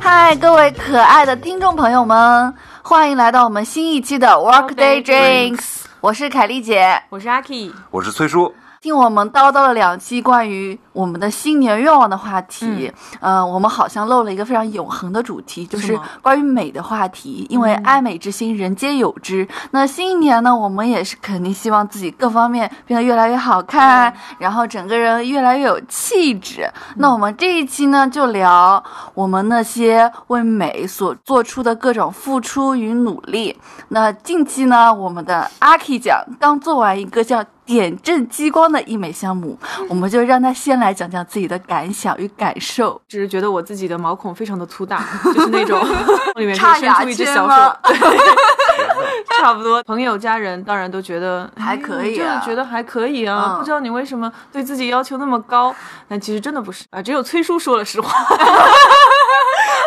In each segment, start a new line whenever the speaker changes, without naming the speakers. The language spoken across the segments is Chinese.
嗨，各位可爱的听众朋友们，欢迎来到我们新一期的 Workday Drinks。我是凯丽姐，
我是阿 K，
我是崔叔。
听我们叨叨了两期关于我们的新年愿望的话题，嗯、呃，我们好像漏了一个非常永恒的主题，就是是
吗
关于美的话题。因
嗯
为爱美之心，人皆有之。那新一年呢，我们也是肯定希望自己各方面变得越来越好看，
嗯
然后整个人越来越有气质。那我们这一期呢，就聊我们那些为美所做出的各种付出与努力。那近期呢，我们的阿 K 奖刚做完一个叫“点阵激光”的医美项目，
嗯
我们就让他先来讲讲自己的感想与感受。
只是觉得我自己的毛孔非常的粗大，就是那 种里面可
差
以伸
牙
出一只
签
小
吗
手，？对，差不多。朋友、家人当然都觉得
还可以啊
哎你就是觉得还可以啊，
嗯
不知道你为什么对自己要求那么高，但其实真的不是啊。只有崔叔说了实话，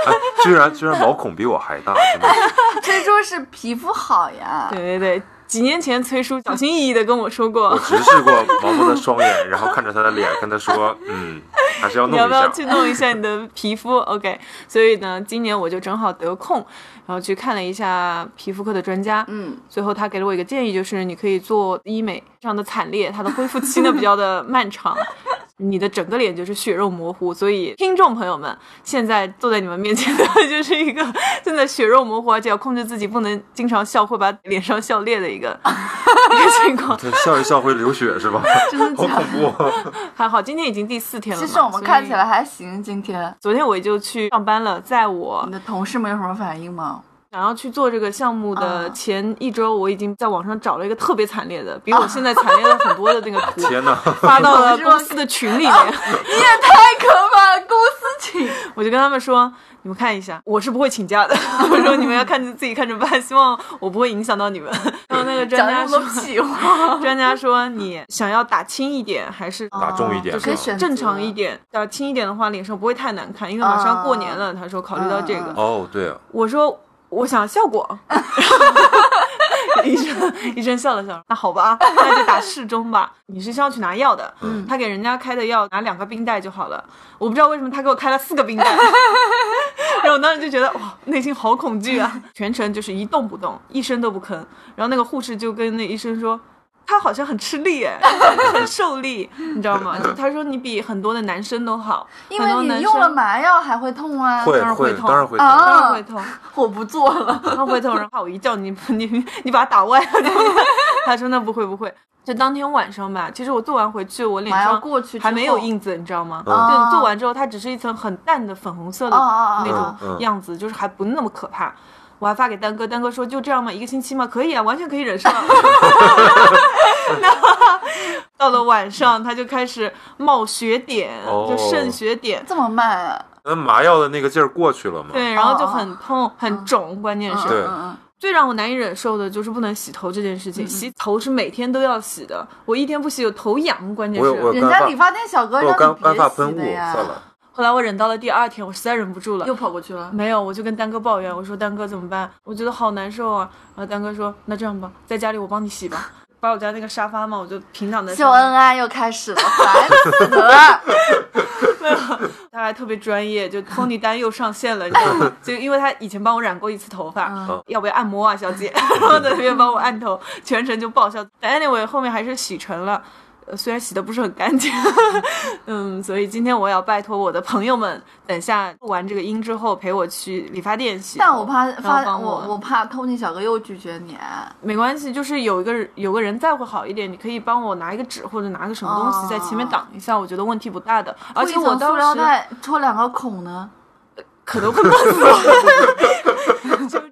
哎，居然居然毛孔比我还大，真的是。
这就是皮肤好呀。
对对对。几年前，崔叔小心翼翼的跟我说
我
过，
直视过毛毛的双眼，然后看着他的脸，跟他说：“嗯，还是要
你
弄
要
一
不要
下。
去弄一下你的皮肤？OK，所以呢，今年我就正好得空，然后去看了一下皮肤科的专家，
嗯，
最后他给了我一个建议，就是你可以做医美，非常的惨烈，它的恢复期呢比较的漫长，你的整个脸就是血肉模糊。所以听众朋友们，现在坐在你们面前的就是一个真的血肉模糊，而啊且要控制自己不能经常笑，会把脸上笑裂的 一个 一个情况。
他笑一笑会流血 是吧？好恐怖！啊
还好今天已经第四天了
其
嘛，
实我们
所以
看起来。还行。今天
昨天我就去上班了，在我
你的同事们有什么反应吗？
想要去做这个项目的
啊
前一周，我已经在网上找了一个特别惨烈的，比我现
啊
在惨烈了很多的那个图，
天哪，
发到 了公司的群
你
里面，
也太可怕了，公司请。
我就跟他们说，你们看一下，我是不会请假的。 我说你们要看着自己看着办，希望我不会影响到你们。 然后那个专
讲
家
那么多
说，
屁话，
专家说你想要打轻一点还是
打重一点
就哦可以选择
正常一。点？打轻一点的话，脸上不会太难看，因为马上过年了。他说考虑到这
嗯嗯
个，
哦，对啊，
我说我想效果。 医生医生笑了笑，那好吧，那就打适中吧。你是需要去拿药的，
嗯
他给人家开的药拿两个冰袋就好了。我不知道为什么他给我开了四个冰袋， 然后我当时就觉得哇，内心好恐惧啊！全程就是一动不动，一声都不吭。然后那个护士就跟那医生说。他好像很吃力哎， 很受力，你知道吗？他说你比很多的男生都好，
因
很
为
多男
你
生
用了麻药还会痛啊。
会
当然会
会，
痛
当然会痛。
啊
当然会痛。
我不做 了。
然后回头，然后我一叫你， 你你把他打歪了。 对不对他说那不会不会，就当天晚上吧。其实我做完回去，我脸
麻药
上
过去之后
还没有印子，你知道吗？
嗯
就做完之后，它只是一层很淡的粉红色的
哦哦哦
那
嗯
种
嗯
样子，就是还不那么可怕。我还发给丹哥，丹哥说就这样嘛，一个星期嘛，可以啊，完全可以忍受 啊。到了晚上，他就开始冒血点，
哦
就渗血点，
这么慢啊？
那麻药的那个劲儿过去了吗？
对，然后就
哦哦
很痛、很肿，关键是。
对
嗯嗯
最让我难以忍受的就是不能洗头这件事情。洗头是每天都要洗的，我一天不洗我头痒，关键
我
是。
有
嗯，
我有
人家
干
理发店小哥
我
让
有
你
干
别
干
洗
发
的
喷雾，
呀
算了，
后来我忍到了第二天，我实在忍不住了，
又跑过去了。
没有，我就跟丹哥抱怨，我说丹哥怎么办？我觉得好难受啊。然后丹哥说，那这样吧，在家里我帮你洗吧。把我家那个沙发嘛，我就平躺在
秀
上面
恩爱又开始了，烦死了！
他还特别专 业，就托尼丹又上线了，你知道吗？就因为他以前帮我染过一次头发，
嗯
要不要按摩啊，小姐？ 然后在那边帮我按头，全程就爆笑。但 anyway，后面还是洗成了。呃虽然洗的不是很干净， 嗯，所以今天我要拜托我的朋友们，等下录完这个音之后陪我去理发店洗头。
但我怕
然后
发
帮
我
我
我怕偷听小哥又拒绝你啊，
没关系，就是有一个人有个人在会好一点，你可以帮我拿一个纸或者拿个什么东西在前面挡一下，我觉得问题不大的。而且
不哦一
我
层塑料
当时
袋戳两个孔呢。
可能会弄死我。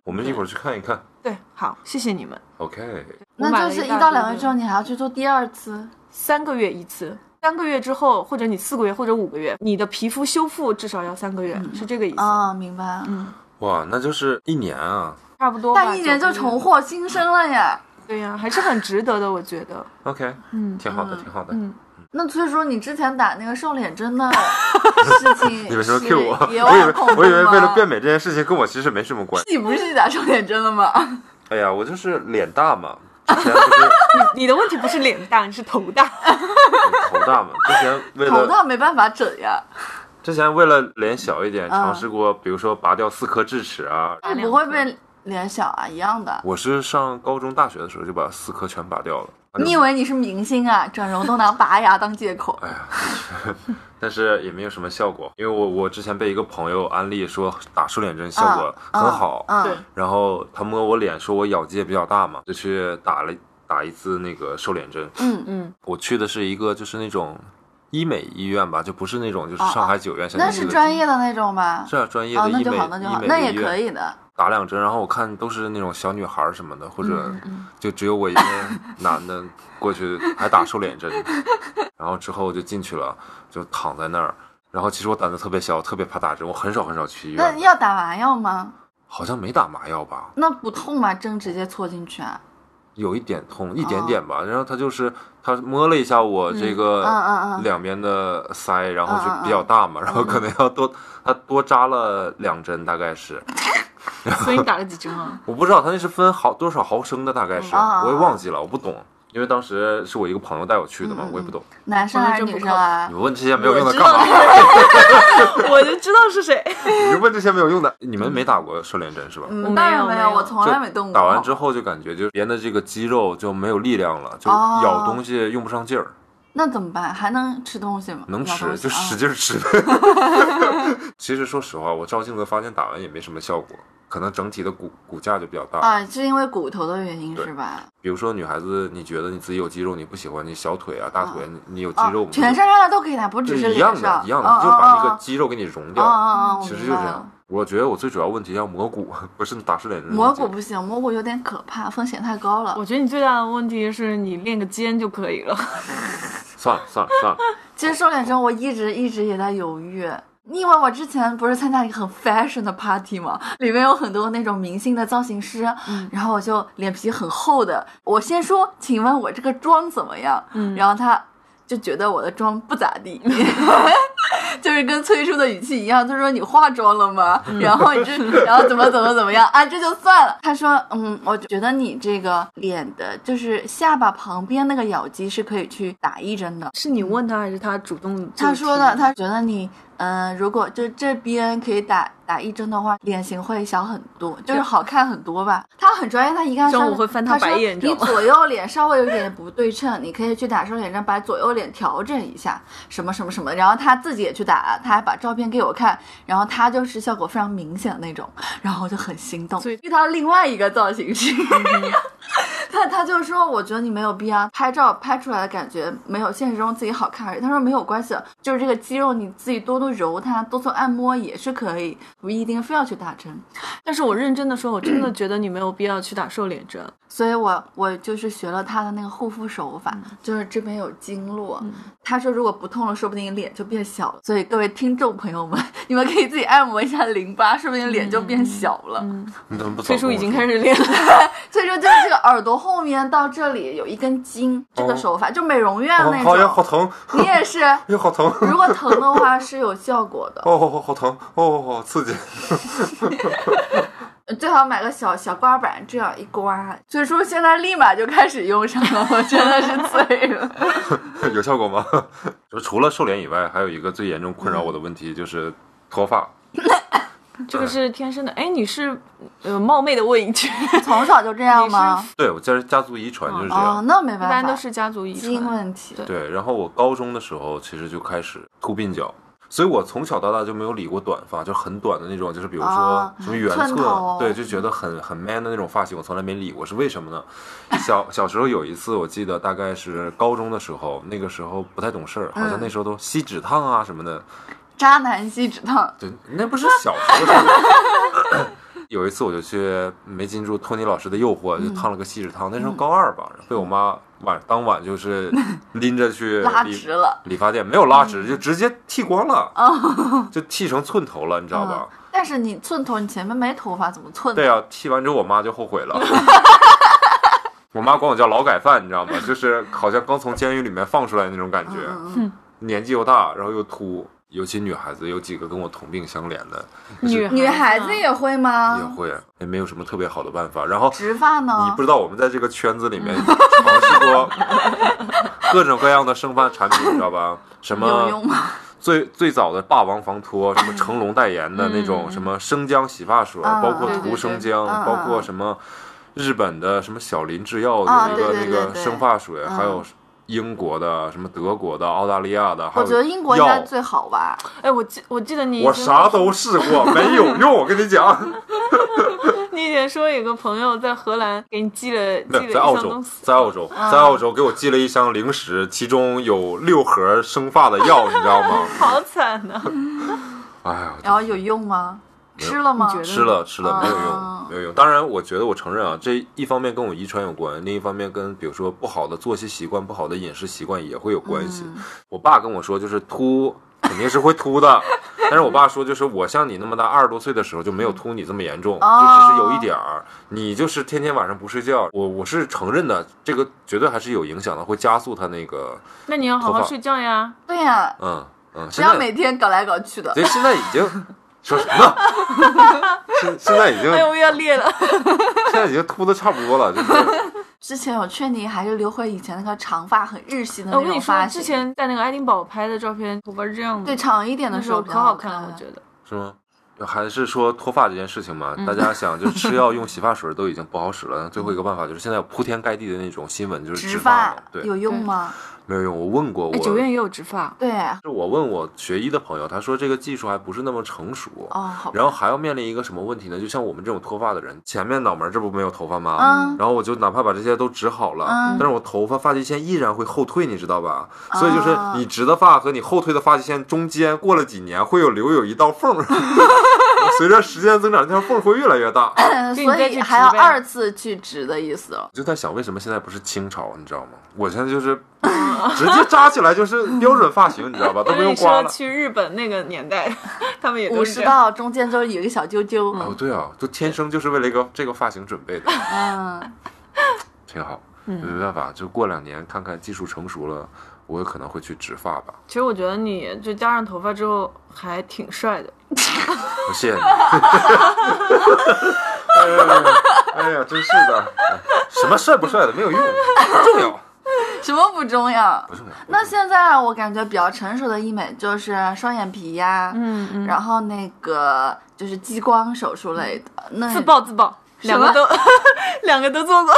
我们一会儿去看一看。
对，好，谢谢你们。
OK，
我
那
买了
就是
一
一
大
到
堆
两个月
的
之后，你还要去做第二次。
三个月一次，三个月之后，或者你四个月或者五个月，你的皮肤修复至少要三个月，是这个意思，
啊，明白。
嗯哇，那就是一年啊。
差不多吧。
但一年就
九个月
重获新生了呀。
对呀、还是很值得的，我觉得。
OK，
嗯
挺好的，挺好的。
嗯，
那崔叔，你之前打那个瘦脸针的事情，
你为什么 Q 我？
也
我以为
恐怖吗
我以为为了变美这件事情跟我其实没什么关系。
你不是去打瘦脸针了吗？
哎呀，我就是脸大嘛，之前不是嗯
你你的问题不是脸大，你是头大。
头大嘛，之前为
头
了
大没办法整呀。
之前为了脸小一点，
嗯
尝试过，比如说拔掉四颗智齿啊。
那不会被脸小啊，一样的。
我是上高中、大学的时候就把四颗全拔掉了。
你以为你是明星啊？整容都拿拔牙当借口。
哎呀，但是也没有什么效果，因为我我之前被一个朋友安利说打瘦脸针效果
嗯
很好，
嗯
对
嗯，
然后他摸我脸说我咬肌也比较大嘛，就去打了打一次那个瘦脸针。
嗯
嗯，
我去的是一个就是那种医美医院吧，就不是那种就是上海九院现在
哦那
这
是
个
专业的那种吧？
是啊专业
哦
的，
那
医
就
美、
好，那就好
医，美
那
的
也
医
可
院
以的。
打两针，然后我看都是那种小女孩儿什么的，或者
嗯
就只有我一个男的过去还打瘦脸针， 然后之后就进去了，就躺在那儿。然后其实我胆子特别小，特别怕打针，我很少很少去医
那
院，
要打麻药吗？
好像没打麻药吧，
那不痛吗？针直接戳进去啊？
有一点痛，一点点吧。然后他就是他摸了一下我这个
哦嗯嗯嗯
两边的腮，然后
啊
就比较大嘛，然后可能要多他多扎了两针，大概是
所以你打了几针 啊？
我不知道他那是分毫多少毫升的，大概是、
嗯啊啊啊
我也忘记了，我不懂，因为当时是我一个朋友带我去的嘛，
嗯嗯嗯
我也不懂。
男
哦
生还是女生啊
你？们问这些没有用的
我知
干
道
嘛？
我就知道是谁。
你就问这些没有用的。你们没打过瘦脸针是吧？
嗯，当然
我没有
有，
没有
我 从来没动过。
打完之后就感觉就是连的这个肌肉就没有力量了，就
哦
咬东西用不上劲儿，
那怎么办？还能吃东西吗？
能
咬东西
吃就
啊
使劲儿吃。 其实说实话，我照镜子发现打完也没什么效果，可能整体的骨骨架就比较大。
啊，是因为骨头的原因是吧？
比如说女孩子，你觉得你自己有肌肉，你不喜欢你小腿啊、大腿，你你有肌
啊
肉吗？，
全身上下都可以打，不只是
一
脸
样的
上，，
一样的，
哦
就把那个
哦
肌肉给你融
哦
掉
哦
了。
哦，哦
其实
我
就
明白
这
了
样。。我觉得我最主要问题要磨骨， 不是打瘦脸针的
蘑
问题。
菇不行，蘑菇有点可怕，风险太高了。
我觉得你最大的问题是你练个肩就可以了。
算了算了算了，
其实瘦脸针我一直一直也在犹豫，因为我之前不是参加一个很 fashion 的 party 嘛，里面有很多那种明星的造型师，然后我就脸皮很厚的，我先说，请问我这个妆怎么样？
嗯
然后他就觉得我的妆不咋地。就是跟崔叔的语气一样，他说你化妆了吗？然后你这，然后怎么怎么怎么样啊？这就算了。他说，嗯，我觉得你这个脸的，就是下巴旁边那个咬肌是可以去打一针的。
是你问他还是他主动？
他说的，他觉得你，嗯、如果就这边可以打打一针的话，脸型会小很多，就是好看很多吧。他很专业，他一看
这样
上
我会翻他白眼你知
说你
道吗
左右脸稍微有点不对称，你可以去打瘦脸针，把左右脸调整一下，什么什么什么。然后他自己也去打，他还把照片给我看，然后他就是效果非常明显的那种，然后我就很心动。
所以嗯
遇到另外一个造型师。 他他就说，我觉得你没有必要拍照拍出来的感觉没有现实中自己好看而已。他说没有关系，就是这个肌肉你自己多多揉它，多做按摩也是可以，不一定非要去打针。
但是我认真的说，我真的觉得你没有必要去打瘦脸针。
所以我我就是学了他的那个护肤手法，就是这边有经络。他说如果不痛了，说不定脸就变小了。所以各位听众朋友们，你们可以自己按摩一下淋巴，说不定脸就变小了。
你怎么不早
崔
跟
叔
我
已经
说
开始练了，
所以说就是这个耳朵后面到这里有一根筋，这个
哦
手法就美容院
哦
那
好呀，好
种。
疼，
你也 是，
又好疼，
如果疼的话是有效果的，
哦，好好疼，哦，好刺激。
最好买个小小刮板，这样一刮。所以说现在立马就开始用上了，我真的是 醉了。
有效果吗？ 就除了瘦脸以外，还有一个最严重困扰我的问题就是脱发。
这个是天生的。哎，你是呃冒昧的问一句，
从小就这样吗？
对我家家族遗传就是这
哦
样。，
那没
一
办
般
法，
都是家族遗
基因
传。
问题。
对
对，然后我高中的时候其实就开始秃鬓角。所以我从小到大就没有理过短发，就很短的那种，就是比如说
啊
什么圆
寸
寸，
头
对，就觉得很很 man 的那种发型，我从来没理过，是为什么呢？小 小时候有一次，我记得大概是高中的时候，那个时候不太懂事儿，好
嗯
像那时候都锡纸烫啊什么的，
渣男锡纸烫，
对，那不是小时候的事 有一次我就去没禁住托尼老师的诱惑，就
嗯
烫了个锡纸烫。那时候高二吧，被我妈晚当晚就是拎着去
拉
理
直了。嗯
理发店，没有拉直，就直接剃光了，就剃成寸头了，你知道
哦
吧？
嗯但是你寸头，你前面没头发，怎么寸？
对啊，剃完之后我妈就后 悔了。我妈管我叫劳改犯，你知道吗？就是好像刚从监狱里面放出来那种感
嗯
觉。年纪又大，然后又秃，尤其女孩子，有几个跟我同病相怜的，就是
女孩
嗯
子也会
也
吗？
会，也没有什么特别好的办法。然后
直发
你
呢
不？知道，我们在这个圈子里面 尝试过各种各样的生发产品，你知道吧？什
有
么
用吗？
最最早的霸王防脱，什么成龙代言的那种什么生姜洗发水，
嗯
包括
对
对
涂生
对
姜，
嗯
包
嗯
括
嗯
什么日本的什么小林制药
啊
有一个
对对
那
对
个
对
生发水，还有
嗯
英国的、什么德国的、澳大利亚的，还
我
有
觉得英国应
药
该最好吧。
哎，我记我记得你以
我
前
啥都试 过，没有用。我跟你讲，
你以前说有个朋友在荷兰给你寄了
没
寄
有在
了一
澳
箱
洲
东，西，
在澳洲，在澳洲给我寄了一箱零食，其中有六盒生发的药，你知道吗？
好惨 呐、
哎呀，
然后有用吗？
没有
吃了吗？
你觉得
吃了吃了没有
啊
用，没有用。当然，我觉得我承认啊，这一方面跟我遗传有关，另一方面跟比如说不好的作息习惯、不好的饮食习惯也会有关系。
嗯
我爸跟我说，就是秃肯定是会秃的，但是我爸说，就是我像你那么大二十多岁的时候就没有秃你这么严重，
哦
就只是有一点儿。你就是天天晚上不睡觉，我我是承认的，这个绝对还是有影响的，会加速他那个，
那你要好好
头发
睡觉呀。
对呀，
嗯嗯。
不
现
要
在
每天搞来搞去的。
对现在已经 说什么呢？现现在已经
哎呦，我要裂了。
现在已经秃的差不多了，就是。
之前我劝你还是留回以前那个长发，很日系的
哎我
那
跟你
种
说，
发型。
之前在那个爱丁堡拍的照片，头发是这样的，
对长一点的嗯
那
时
时
候
候
比
可
较
好看
看
了，我觉得。
是吗？还是说脱发这件事情嘛？大家想，就是吃药用洗发水都已经不好使了，最后一个办法就是现在有铺天盖地的那种新闻，就是植
植
发
发
嘛，对，
有用吗？
没有用。我问过我，
哎，九院也有植发，
对，
是我问我学医的朋友，他说这个技术还不是那么成熟，
哦，好吧。
然后还要面临一个什么问题呢？就像我们这种脱发的人，前面脑门这不没有头发吗？
嗯
然后我就哪怕把这些都植好了，
嗯
但是我头发发际线依然会后退，你知道吧？所以就是
哦
啊
你直的发和你后退的发际线中间过了几年会有留有一道缝儿， 随着时间增长，这条缝儿会越来越大。
嗯
就你
所
再
以
去
还要
植呗
二次去植的意思哦。
我就在想，为什么现在不是清朝？你知道吗？我现在就是直接扎起来就是标准发型，你知道吧？
哦
都
我
不
跟
用
你
刮
说
了。
去日本那个年代，他 们也
武
都是
士
这样。
道中间就是有一个小揪揪，
哦，对啊，就天生就是为了一个这个发型准备的。
嗯，
挺好。
嗯
没办法，就过两年看看技术成熟了，我有可能会去植发吧。
其实我觉得你就加上头发之后还挺帅的，
我谢谢你。哎呀，哎呀，真是的，哎什么帅不帅的没有用，不重要，
什么不重要
不？重要。
那现在我感觉比较成熟的医美就是双眼皮呀、
嗯嗯，
然后那个就是激光手术类的，那
自爆自爆，两个
么
都 两个都做过。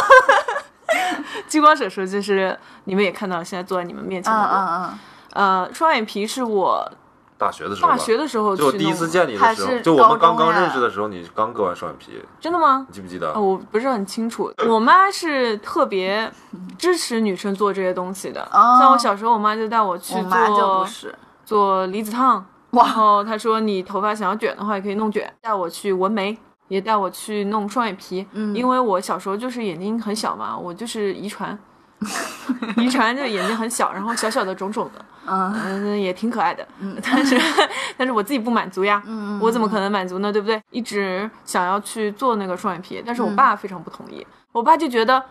激光手术就是你们也看到了，现在坐在你们面前
嗯
的我。
嗯
呃，双眼皮是我
大学的时候吧，
大学的时候去
就我
弄
第一次
的
见你的时
还
候，
是
就我们刚
高中
刚
呀
认识的时候，你刚割完双眼皮，
真的吗
你？记不记得
哦
呃？我不是很清楚，我妈是特别支持女生做这些东西的。
哦
像我小时候，我妈就带我去
嗯，我妈就
做
不是，
做离子烫，然
哇，
后她说你头发想要卷的话，也可以弄卷，带我去纹眉，也带我去弄双眼皮。
嗯
因为我小时候就是眼睛很小嘛，我就是遗传， 遗传就眼睛很小，然后小小的肿肿的，
嗯
嗯，也挺可爱的， 但是但是我自己不满足呀，
嗯，
我怎么可能满足呢？对不对？一直想要去做那个双眼皮，但是
嗯
我爸非常不同意，我爸就觉得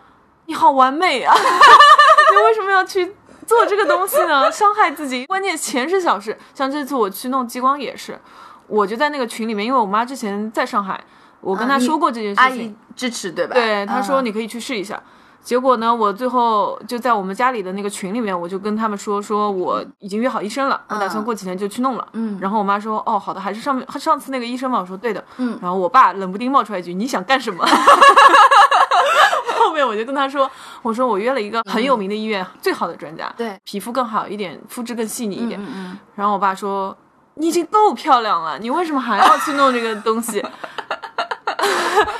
你好完美啊， 你为什么要去做这个东西呢？伤害自己，关键钱是小事。像这次我去弄激光也是，我就在那个群里面，因为我妈之前在上海，我跟
嗯
她
你
说过这件
阿
事情，
姨支持对吧？
对，她说
嗯
你可以去试一下。结果呢，我最后就在我们家里的那个群里面，我就跟他们说，说我已经约好医生了，我打
嗯
算过几天就去弄了。
嗯，
然后我妈说：“哦，好的，还是上面上次那个医生嘛。”我说：“对的。”
嗯
然后我爸冷不丁冒出来一句：“你想干什么？” 后面我就跟他说：“我说我约了一个很有名的医院、最好的专家，
对，
皮肤更好一点，肤质更细腻一
嗯
点。
嗯嗯，
然后我爸说：“你已经够漂亮了，你为什么还要去弄这个东西？”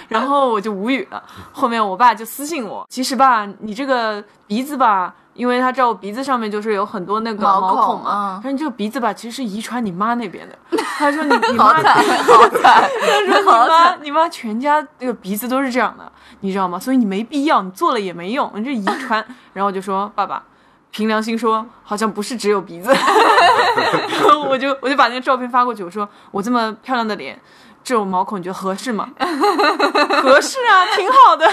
然后我就无语了。后面我爸就私信我：“其实吧，你这个鼻子吧，因为他知道我鼻子上面就是有很多那个
毛
毛
孔
孔嘛
嗯，
他说你这个鼻子吧，其实是遗传你妈那边的。”他说：“你 你
嗯好
妈
惨，好惨，
你
好惨，
妈，你妈全家这个鼻子都是这样的，你知道吗？所以你没必要，你做了也没用，你这遗传。然后我就说，爸爸，凭良心说，好像不是只有鼻子。然后我就我就把那个照片发过去，我说我这么漂亮的脸，这种毛孔你觉得合适吗？ 合适啊，挺好的。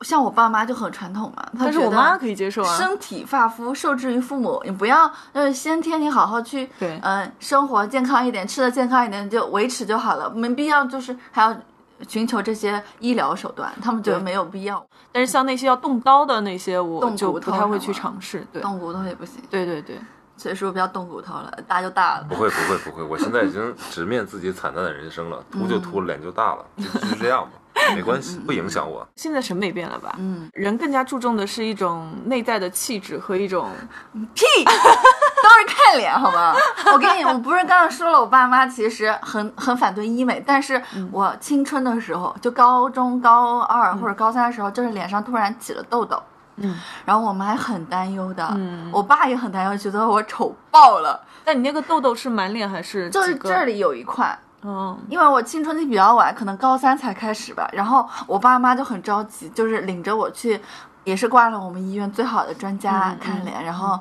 像我爸妈就很传统嘛，他
但是
觉
我
得
妈可以接受啊。
身体发肤受制于父母，你不要呃先天你好好去
对
嗯、生活健康一点，吃的健康一点就维持就好了，没必要就是还要寻求这些医疗手段，他们觉得
对
没有必要，
但是像那些要动刀的那些，我
动
就
骨
不
头
太会去
什么
尝试。对，
动骨头也不行。
对对对，
所以说不要动骨头了，大就大了。
不会不会不会，我现在已经直面自己惨淡的人生了，
嗯
秃就秃了，脸就大了，就就是这样吧，没关系，不影响我。
现在审美变了吧？
嗯，
人更加注重的是一种内在的气质和一种
屁，都是看脸，好吗？我跟你，我不是刚刚说了，我爸妈其实很很反对医美，但是我青春的时候，就高中高二或者高三的时候，就是脸上突然起了痘痘。
嗯，
然后我妈还很担忧的，
嗯
我爸也很担忧，觉得我丑爆了，
但你那个痘痘是满脸还是
就是
几个
这？里有一块，
嗯，
因为我青春期比较晚，可能高三才开始吧。然后我爸妈就很着急，就是领着我去，也是挂了我们医院最好的专家
嗯
看
嗯
脸，然后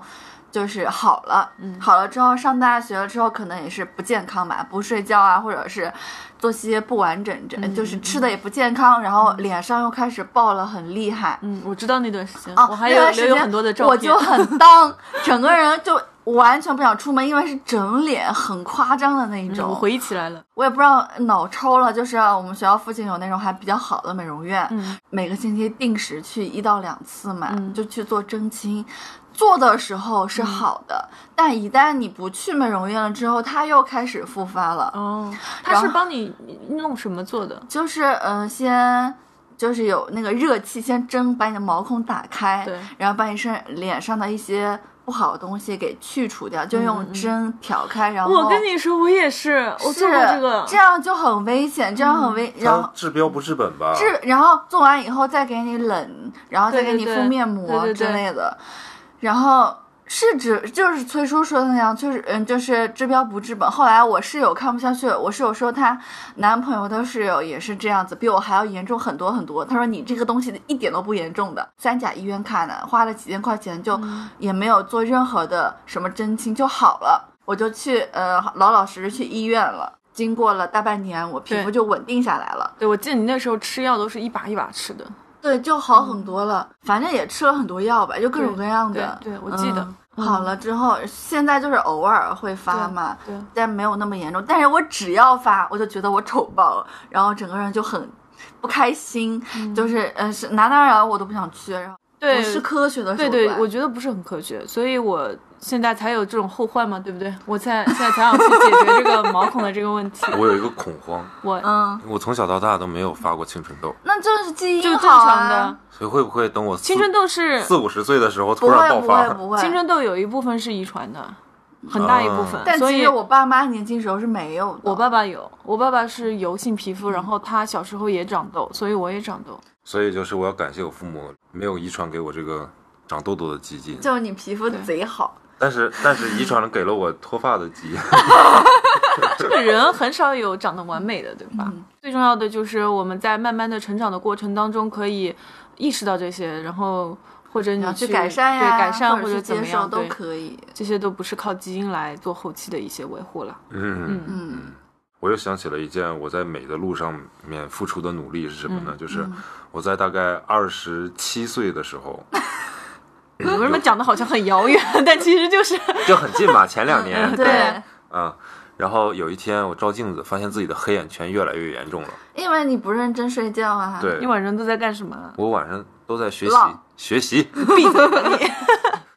就是好了。
嗯
好了之后上大学了之后，可能也是不健康吧，不睡觉啊，或者是作息不完整，这
嗯
就是吃的也不健康，然后脸上又开始爆了很厉害。
嗯，我知道那段时间，
啊，
我还
那
有
段时
留有
间
很多的照片。
我就 很当，整个人就完全不想出门，因为是整脸很夸张的那 一
嗯
种。
我回忆起来了，
我也不知道脑抽了，就是啊我们学校附近有那种还比较好的美容院，
嗯
每个星期定时去一到两次嘛，
嗯
就去做针清。做的时候是好的，但一旦你不去美容院了之后，它又开始复发了。
哦，
然
他是
后
帮你弄什么做的？
就是嗯、呃先就是有那个热气先蒸，把你的毛孔打开，
对，
然后把你身脸上的一些不好的东西给去除掉，就用
嗯
针挑开，然后
我跟你说，我也是，我
是
做过这个嗯
这。样就很危险，这样很危，然后
它治标不治本吧？
是，然后做完以后再给你冷，然后再
啊对
给
对
你
对
敷面膜
对对
之
对
类的，然后。是指就是崔叔说的那样，就是嗯，就是治标不治本。后来我室友看不下去了，我室友说她男朋友的室友也是这样子，比我还要严重很多很多。他说你这个东西一点都不严重的，三甲医院看的，花了几千块钱就
嗯
也没有做任何的什么针清就好了。我就去呃老老实实去医院了。经过了大半年，我皮
对
肤就稳定下来了。
对，我记得你那时候吃药都是一把一把吃的。
对，就好很多了。反正也吃了很多药吧，就各种各样的。
嗯对对我记得
嗯好了之后，现在就是偶尔会发
对
嘛，
对，
但没有那么严重。但是我只要发，我就觉得我丑爆了，然后整个人就很不开心， 就是呃，是哪哪哪我都不想去。然后
嗯对
不是科学的手
对
段，
对，我觉得不是很科学，所以我现在才有这种后患嘛，对不对？我才现在才想去解决这个毛孔的这个问题。
我有一个恐慌，
我
嗯，
我从小到大都没有发过青春痘，
那就是基因
就是正
好啊
常的，
所以会不会等我四
青春痘是
四五十岁的时候
不
突
会
然爆
不会
发？
不会。
青春痘有一部分是遗传的，很大一部分。
啊
嗯但
所
其
以
实我爸妈年轻时候是没有的。
我爸爸有，我爸爸是油性皮肤，然后他小时候也长痘，所以我也长痘。
所以就是我要感谢我父母没有遗传给我这个长痘痘的基因，
就是你皮肤贼好，
但是但是遗传给了我脱发的基因。
这个人很少有长得完美的，对吧？
嗯
最重要的就是我们在慢慢的成长的过程当中，可以意识到这些，然后或者你
然后去
去
改善呀，
对改善
或
或
者是
怎
接
么
受
样，
都
对，
可以。
这些都不是靠基因来做后期的一些维 护了。
嗯，
嗯，
嗯。
我又想起了一件我在美的路上面付出的努力是什么
嗯
呢？就是我在大概二十七岁的时候，
你为什么讲的好像很遥远，但其实就是
就很近吧，前两年
嗯
对
嗯，然后有一天我照镜子，发现自己的黑眼圈越来越严重了。
因为你不认真睡觉啊。，
对
你，晚上都在干什么？
我晚上都在学习
浪
学习，
闭 嘴吧你！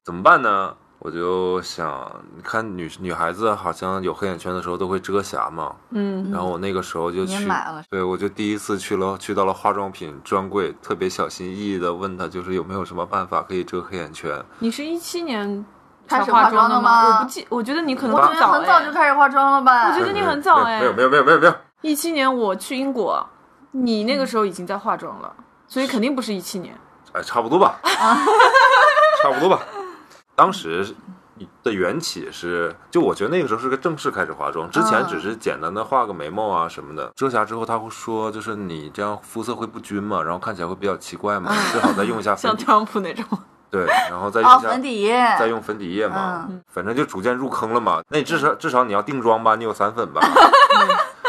怎么办呢？我就想看女女孩子好像有黑眼圈的时候都会遮瑕嘛，
嗯，
然后我那个时候就
你也
去
买了，
对我就第一次去了去到了化妆品专柜，特别小心翼翼的问他，就是有没有什么办法可以遮黑眼圈。
你是一七年
开
才
始
化
化妆
的
的吗
我不记，我觉得你可能
我
八
觉
更
得啊
早哎
很早就开始化妆了吧？
我觉得你很早哎
没有没有没有没有没有，
一七年我去英国，你那个时候已经在化妆
嗯
了，所以肯定不是一七 年。
哎，差不多吧，
啊
差不多吧。当时的缘起是，就我觉得那个时候是个正式开始化妆，之前
嗯
只是简单的画个眉毛啊什么的。遮瑕之后，他会说，就是你这样肤色会不均嘛，然后看起来会比较奇怪嘛，最好再 用一下粉
像
底，
特朗普那 种，
对，然后再用
啊哦，
一下
粉底液。
再用粉底液嘛，
嗯
反正就逐渐入坑了嘛。那你至少至少你要定妆吧，你有散粉吧？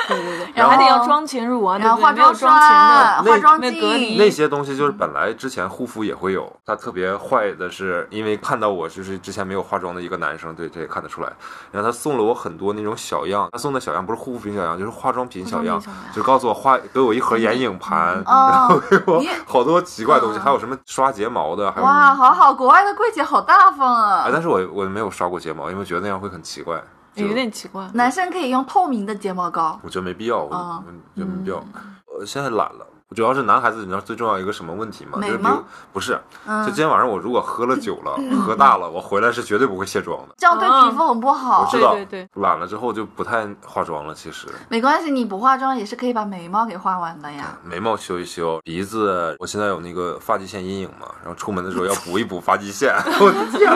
对对对，
然后
还得要妆前乳啊，对
然
不
后
对？
化
没有
妆啊刷、化
妆前的，
那
妆
那隔离
镜，
那些东西就是本来之前护肤也会有，他特别坏的是，因为看到我就是之前没有化妆的一个男生，对这也看得出来。然后他送了我很多那种小样，他送的小样不是护肤品小样，就是化妆品小样
化妆品小，样嗯
就告诉我画给我一盒眼影盘，
哦
然后给我
你
好多奇怪的
哦
东西，
嗯
还有什么刷睫毛的，还有
哇，好好，国外的柜姐好大方
啊，
啊！
但是我我没有刷过睫毛，因为觉得那样会很奇怪，就
也有点奇 怪。
男生可以用透明的睫毛膏，
我觉得没必要，我
啊
我觉得没必要。呃，现在懒了，主要是男孩子，你知道最重要一个什么问题吗？
美
就是比
吗
如不是，
嗯
就今天晚上我如果喝了酒了，喝大了，我回来是绝对不会卸妆的。
这样对
嗯
皮肤很不
我
好。
知道
对对，
懒了之后就不太化妆了。其实
没关系，你不化妆也是可以把眉毛给画完的呀。
眉毛修一修，鼻子我现在有那个发际线阴影嘛，然后出门的时候要补一补发际线。 我的天，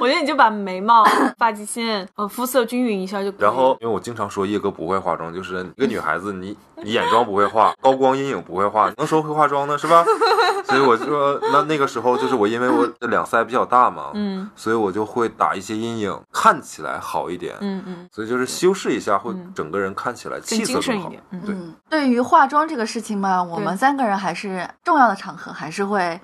我觉得你就把眉毛、 发际线、呃肤色均匀一下就可以。
然后，因为我经常说叶哥不会化妆，就是一个女孩子你，你眼妆不会画， 高光阴影不会画，能说会化妆呢是吧？ 所以我就说，那那个时候就是我，因为我这两腮比较大嘛，
嗯
所以我就会打一些阴影，看起来好一点。
嗯嗯，
所以就是修饰一下，会
嗯
整个人看起来
更
气色
精神
更
一
好。
点。嗯，
对
嗯，对于化妆这个事情嘛，我们
对
三个人还是重要的场合还是会。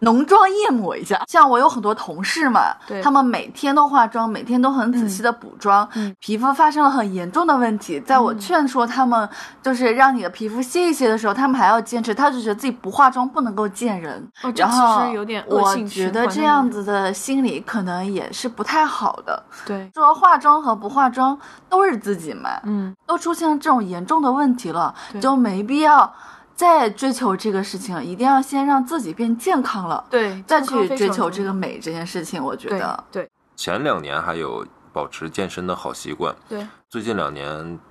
浓妆艳抹一下，像我有很多同事嘛，
对
他们每天都化妆，每天都很仔细的补妆，
嗯
皮肤发生了很严重的问题。在我劝说他们，就是让你的皮肤歇一歇的时候，他们还要坚持，他就觉得自己不化妆不能够见人。
哦，这
然后
其实有点恶
我
性循
觉
环
得
的
这样
那种
子的心理可能也是不太好的。
对，
说化妆和不化妆都是自己嘛，
嗯，
都出现这种严重的问题了，
对
就没必要再追求这个事情，一定要先让自己变健康了，
对，
再
健康
去
非
追
常
求
重
这个
要
美这件事情。我觉得，
对
前两年还有保持健身的好习惯，
对对，
最近两年，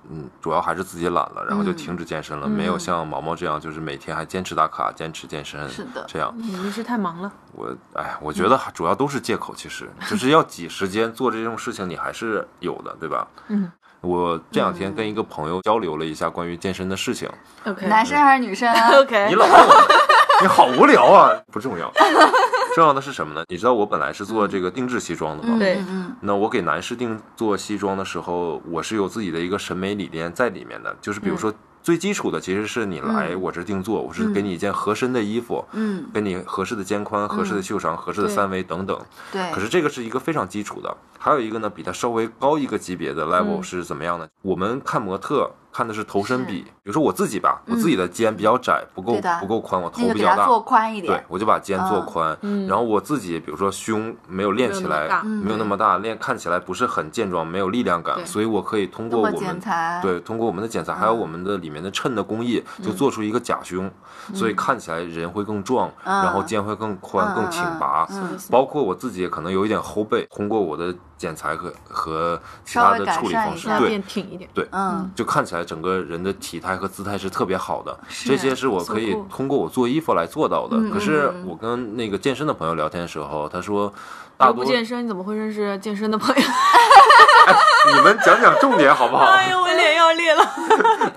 嗯，主要还是自己懒了，然后就
嗯
停止健身了，
嗯
没有像毛毛这样，就是每天还坚持打卡、坚持健身。
是的
这样
嗯你律师太忙了。
我，哎，我觉得还主要都是借口，其实就是要挤时间做这种事情，你还是有的，对吧？
嗯
我这两天跟一个朋友交流了一下关于健身的事情，
，OK，
男生还是女生啊？
OK，
你老问我，你好无聊啊！不重要， 重要的是什么呢？你知道我本来是做这个定制西装的吗？
嗯
对
嗯嗯
那我给男士定做西装的时候，我是有自己的一个审美理念在里面的，就是比如说。最基础的其实是你来
嗯
我这定做，我是给你一件合身的衣服，
嗯，
给你合适的肩宽、合适的袖长、合适的
对
三围等等。
对
可。是这个是一个非常基础的，还有一个呢，比它稍微高一个级别的 level
嗯
是怎么样呢？我们看模特看的是头身比，比如说我自己吧，我
嗯
自己的肩比较窄，不够
对的
不够宽，我
那
头
个
比
给
较
它
大，
做宽一
对
点，
我就把肩做
嗯
宽。
嗯
然后我自己比如说胸没有练起来，
嗯
没有那么大，练看起来不是很健壮，没有力量感
对，
所以我可以通
通
过
过
我
剪
们
裁，嗯
对，通过我们的剪裁，还有我们的里面的衬的工艺，就做出一个假胸，所以看起来人会更壮，
嗯
然后肩会更宽、
嗯
更挺拔。
嗯嗯
包括我自己也可能有一点后背，通过我的剪裁和和其
稍
他
微
的
改
处理
善
方
一
式
下，
对
变，挺一点。
嗯，
就看起来整个人的体态和姿态是特别好的。
是
这些是我可以
所酷
通过我做衣服来做到的
嗯。
可是我跟那个健身的朋友聊天的时候，他说，大
我
多
不健身，你怎么会认识健身的朋友？
你们讲讲重点好不好？
哎呦，我脸要裂了。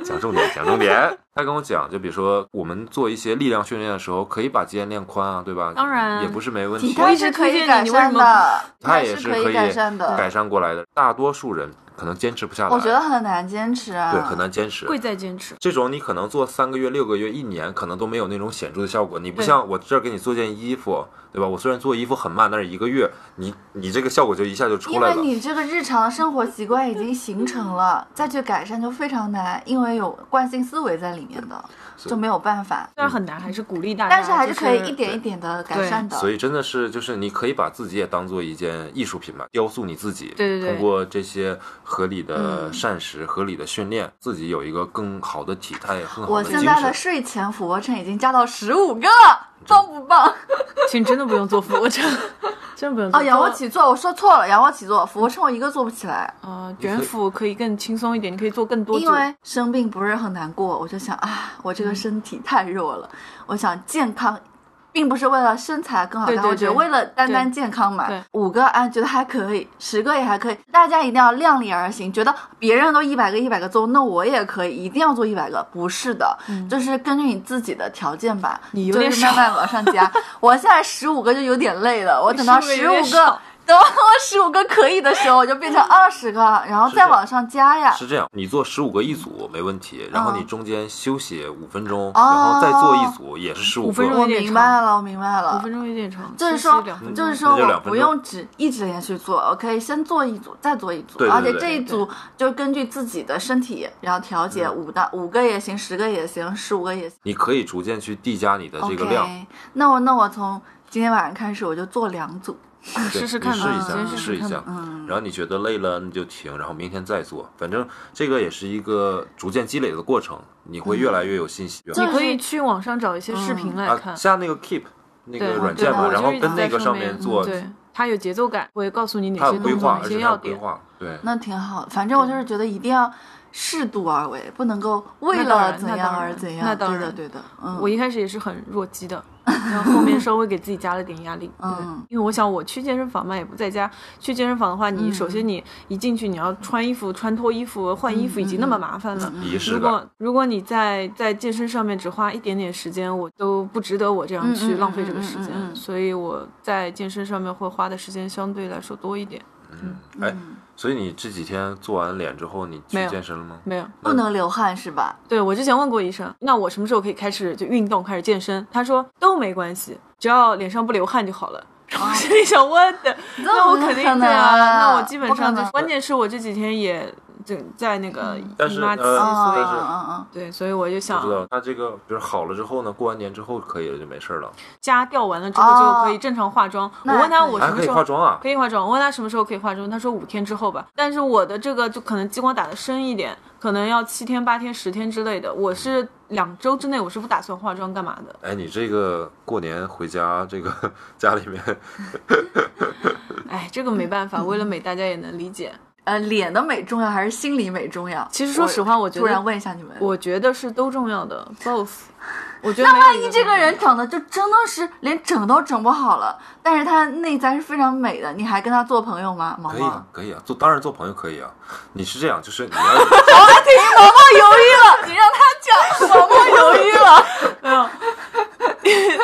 讲重点，讲重点。他跟我讲，就比如说我们做一些力量训练的时候，可以把肩练宽啊，对吧？
当然
也不是没问
体
题。
态
一直
是可
推
以
荐
改
你你为
善
什么
的，
他
它
也
是
是
可
可以
改善
改
的，
善过来的。大多数人可能坚持不下来，
我觉得很难坚持啊，
对很难坚持。
贵在坚持，
这种你可能做三个月、六个月、一年，可能都没有那种显著的效果。你不
对
像我这儿给你做件衣服，对吧？我虽然做衣服很慢，但是一个月，你你这个效果就一下就出
因
来
为
了。
你这个日常生活习惯已经形成了，再去改善就非常难，因为有惯性思维在里面的，
是
就没有办法。
虽然很难，还是鼓励大家。
但是还是可以一
就
点一点的改善的。
所以真的是，就是你可以把自己也当做一件艺术品吧，雕塑你自己。
对对对
通过这些合理的
嗯
膳食、合理的训练，自己有一个更好的体态、更好
我
的精
现在的
神。
睡前俯卧撑已经加到十五个了，棒不棒？
是，请真的不用做俯卧 撑，真的不用做。
哦，仰卧起坐，我说错了，仰卧起坐，俯卧撑我一个做不起来，
呃，卷腹可以更轻松一点，你可以做更多组。
因为生病不是很难过，我就想啊，我这个身体太弱了，我想健康。并不是为了身材更好看，
对对
我觉得
对
为了单单
对
健康嘛
对，
五个啊觉得还可以，十个也还可以，大家一定要量力而行。觉得别人都一百个一百个做，那我也可以，一定要做一百个，不是的，就是根据你自己的条件吧，
嗯你有点
就是慢慢往上加。我现在十五个就有点累了，我等到
是不是
十
有
五
点
个
少
等我十五个可以的时候，我就变成二十个，然后
是这
再
样
往上加呀。
是这样，你做十五个一组没问题，然后你中间休息五分钟，
嗯哦
然后再做一组也是十五
五分
个
钟。
我明白了，我明白
五
了。
分钟有点长，
就是
休息
说
两分，钟
就是说，
那就
我
两分
不
钟
用只一直连续做，我可以先做一组，再做一组，
对对
而且
对嗯
这一组就根据自己的身体，然后调节，五到五个也行，十个也行，十五个也行。
你可以逐渐去递加你的这个量，
OK，那我那我从今天晚上开始，我就做两组。
对
试试
你
看
试
吧
一
先
下，
试
你
试
试一
看
下
吧。嗯
然后你觉得累了，那就停，然后明天再做。反正这个也是一个逐渐积累的过程，你会越来越有信心。
就
你可以去网上找一些视频来看
啊，。下那个 Keep 那
对，
个
对
软件嘛，
我
然后
就是
跟
在
那个
上
面
面嗯
做，
对，它有节奏感，我也告诉你哪
它
些
有规
动作、
划，
哪
而
些
且它
要
有规
点。
划，对。
那挺好的，反正我就是觉得一定要适度而为，不能够为
那当
了
然
怎
那
样
当
而
然
怎样。
那当
对的，
然
对的，嗯，
我一开始也是很弱鸡的， 然后后面稍微给自己加了点压力。对
嗯，
因为我想我去健身房嘛，也不在家。去健身房的话，你
嗯
首先你一进去，你要穿衣服、穿脱衣服、换衣服，已
嗯
经那么麻烦了。
仪式
如
感，
果如果你在在健身上面只花一点点时间，我都不值得我这样
嗯嗯
去
嗯
浪费这个时间，
嗯嗯嗯
所以我在健身上面会花的时间相对来说多一点。
哎，所以你这几天做完脸之后，你
嗯没
去
有
健身了吗？
没有，
不能流汗是吧？
对我之前问过医生，那我什么时候可以开始就运动、开始健身？他说都没关系，只要脸上不流汗就好了。 然
哦
后我心里想，我的，那我肯定
可能
对啊，那我基
不
本
可
上就
能
是，关键是我这几天也就在那个
但
姨
是
妈期，
呃
所
嗯
以
嗯嗯
对，所以我就
不
想
知道，那这个比如好了之后呢，过完年之后可以了就没事了，
家掉完了之后就可以正常化妆。我
哦那
问他
还可以
我
还
什么
可以
时
化
候。
妆啊，
可以化妆，我问他什么时候可以化妆，他说五天之后吧。但是我的这个就可能激光打的深一点，可能要七天、八天、十天之类的。我是两周之内我是不打算化妆干嘛的。
哎，你这个过年回家，这个 家里面，
哎，这个没办法，为了美大家也能理解。
呃，脸的美重要还是心理美重要？
其实说实话我觉得
突然问一下你们，
我觉得是都重要的，both。我觉得
那
没有
万
一
一
个
这
更
个
重要
人长得就真的是连整都整不好了，但是他内在是非常美的，你还跟他做朋友吗？毛
可以
毛
啊，，可以啊，做当然做朋友可以啊。你是这样，就是你要有
毛毛犹豫了，你让他讲，毛毛犹豫了，
没有，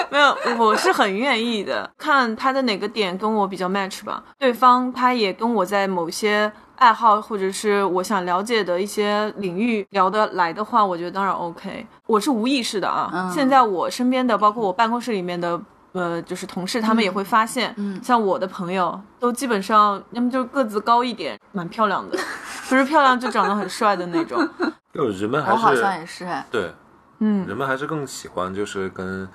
没有，我是很愿意的，看他的哪个点跟我比较 match 吧。对方他也跟我在某些爱好或者是我想了解的一些领域聊得来的话，我觉得当然 OK。我是无意识的啊，
嗯
现在我身边的，包括我办公室里面的。呃，就是同事他们也会发现，
嗯
像我的朋友都基本上，要么就是个子高一点，蛮漂亮的， 不是漂亮就长得很帅的那种。
就人们
我好
还
像
是
也是哎。
对，
嗯，
人们还是更喜欢就是跟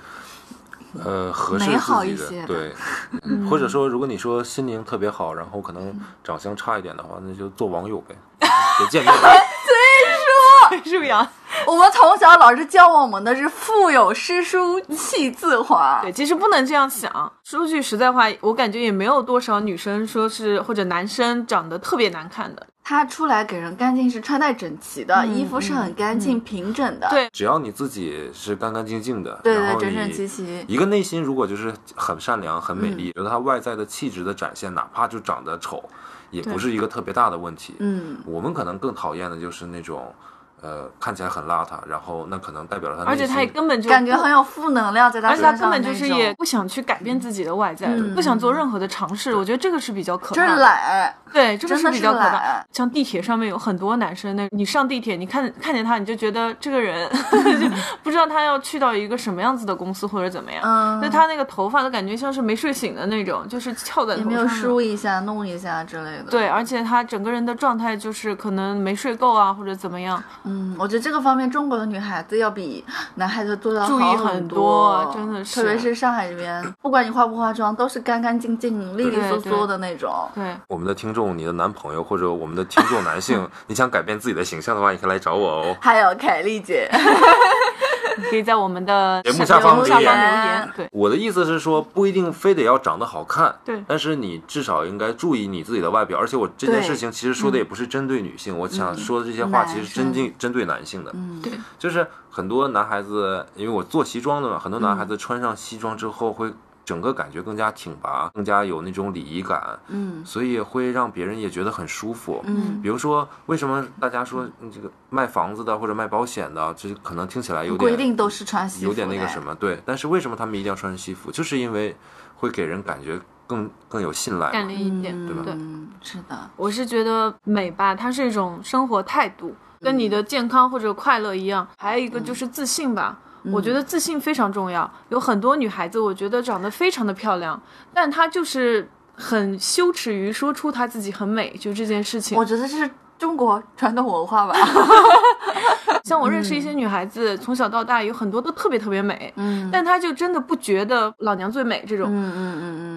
呃合适
美好一
自己
些
的
吧
对，嗯或者说如果你说心灵特别好，然后可能长相差一点的话，那就做网友 呗，别见面。
是不是呀？
我们从小老师教我们的是“腹有诗书气自华
对，其实不能这样想。说句实在话，我感觉也没有多少女生说是或者男生长得特别难看的。”，
他出来给人干净是穿戴整齐的，
嗯
衣服是很干
嗯
净、平整的，
对
只要你自己是干干净净的，
对
然
对，
后
整整
你
齐齐。嗯
一个内心如果就是很善良、很美丽，觉得他外在的气质的展现，哪怕就长得丑，也
对
不是一个特别大的问题。
嗯，
我们可能更讨厌的就是那种，呃，看起来很邋遢，然后那可能代表了他
而且他
内
也
心。
根本就
感觉
不
很有负能量在他
而且
身
他
上
根本
那
就是
种
也不想去改变自己的外在，
嗯
不想做任何的尝试，我觉得这个是比较可
就是
怕的。
懒，
对，这个
真的
比较可怕
懒。
像地铁上面有很多男生，那你上地铁，你看看见他，你就觉得这个人 就不知道他要去到一个什么样子的公司或者怎么样。
嗯
那他那个头发都感觉像是没睡醒的那种，就是翘在头
也
上
没
的。
有梳一下、弄一下之类的。，
对，而且他整个人的状态就是可能没睡够啊，或者怎么样，
嗯，我觉得这个方面中国的女孩子要比男孩子做的
注意
好
很
多
多，真的是
特别是上海这边，不管你化不化妆，都是干干净净、利利索索的那种。
对，
我们的听众，你的男朋友或者我们的听众男 性，你想改变自己的形象的话，你可以来找我哦。
还有凯丽 姐，
你可以在我们的
节目下方
留
留言
言，对，
我的意思是说，不一定非得要长得好看，
对
但是你至少应该注意你自己的外表。而且我这件
对嗯
事情其实说的也不是针对女性，我想说的这些话
男
其实针
生
对针对男性的，
嗯
对
就是很多男孩子，因为我做西装的嘛，很多男孩
嗯
子穿上西装之后会。整个感觉更加挺拔，更加有那种礼仪感，
嗯
所以会让别人也觉得很舒服。
嗯，
比如说，为什么大家说嗯这个卖房子的或者卖保险的，这可能听起来有点
规定都是穿西服
有
的
点那个什么，对。但是为什么他们一定要穿西服？就是因为会给人感觉更更有信赖
干
嘛。
练一点，
嗯
吧
对。
是的，
我是觉得美吧，它是一种生活态度，跟
嗯
你的健康或者快乐一样。还有一个就是自信吧，
嗯
我觉得自信非常重要。有很多女孩子，我觉得长得非常的漂亮，但她就是很羞耻于说出她自己很美，就这件事情
我。觉得这是中国传统文化吧。
像我认识一些女孩子，从小到大有很多都特别特别美，
嗯
但她就真的不觉得老娘最美这种。
嗯嗯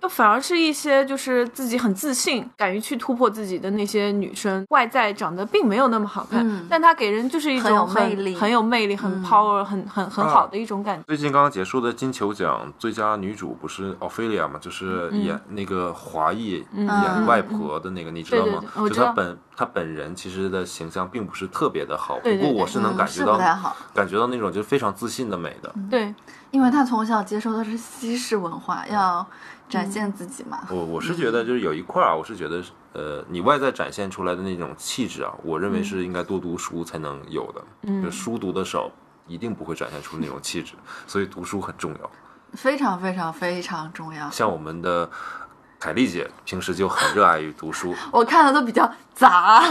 那反而是一些就是自己很自信、敢于去突破自己的那些女生，外在长得并没有那么好看，
嗯
但她给人就是一
很
种
有
很
魅力嗯
很有魅力、很 power、很很很好的一种感觉。
最近刚刚结束的金球奖最佳女主不是奥菲利亚嘛，就是
嗯
演、那个华裔、演外婆的那个，你知道
对
吗？
对对我
就
知
她
道
本她本人其实的形象并不是特别的好，
对对
不过我
对
是
嗯，
能感觉
是
到、
不太好，
感觉到那种就是非常自信的美的。
对，
因为他从小接受的是西式文化，要展现自己嘛。
我我是觉得就是有一块儿啊，我是觉得是呃，你外在展现出来的那种气质啊，我认为
嗯
是应该多读书才能有的。嗯，就书读的少，一定不会展现出那种气质，所以读书很重要。
非常非常非常重要。
像我们的凯丽姐平时就很热爱于读书。
我看的都比较杂，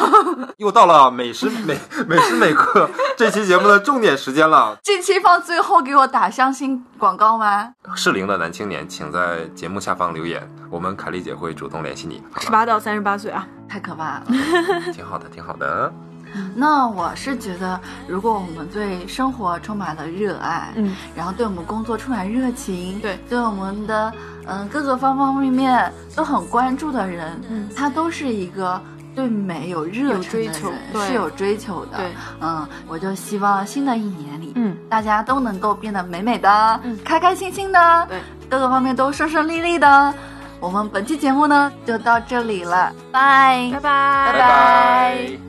又到了每时每每时每刻这期节目的重点时间了。
这期放最后给我打相亲广告吗？
适龄的男青年，请在节目下方留言，我们凯丽姐会主动联系你。
十八到三十八岁啊，
太可怕了。
挺好的，挺好的。
那我是觉得，如果我们对生活充满了热爱，
嗯，
然后对我们工作充满热情，
对，
对我们的嗯、各个方方面面都很关注的人，
嗯
他都是一个对美有热忱的
有追求
人，
对
是有追求的，
对，
嗯，我就希望新的一年里，
嗯，
大家都能够变得美美的，
嗯
开开心心的，
对，
各个方面都顺顺利利的。我们本期节目呢就到这里了，拜
拜拜，
拜拜。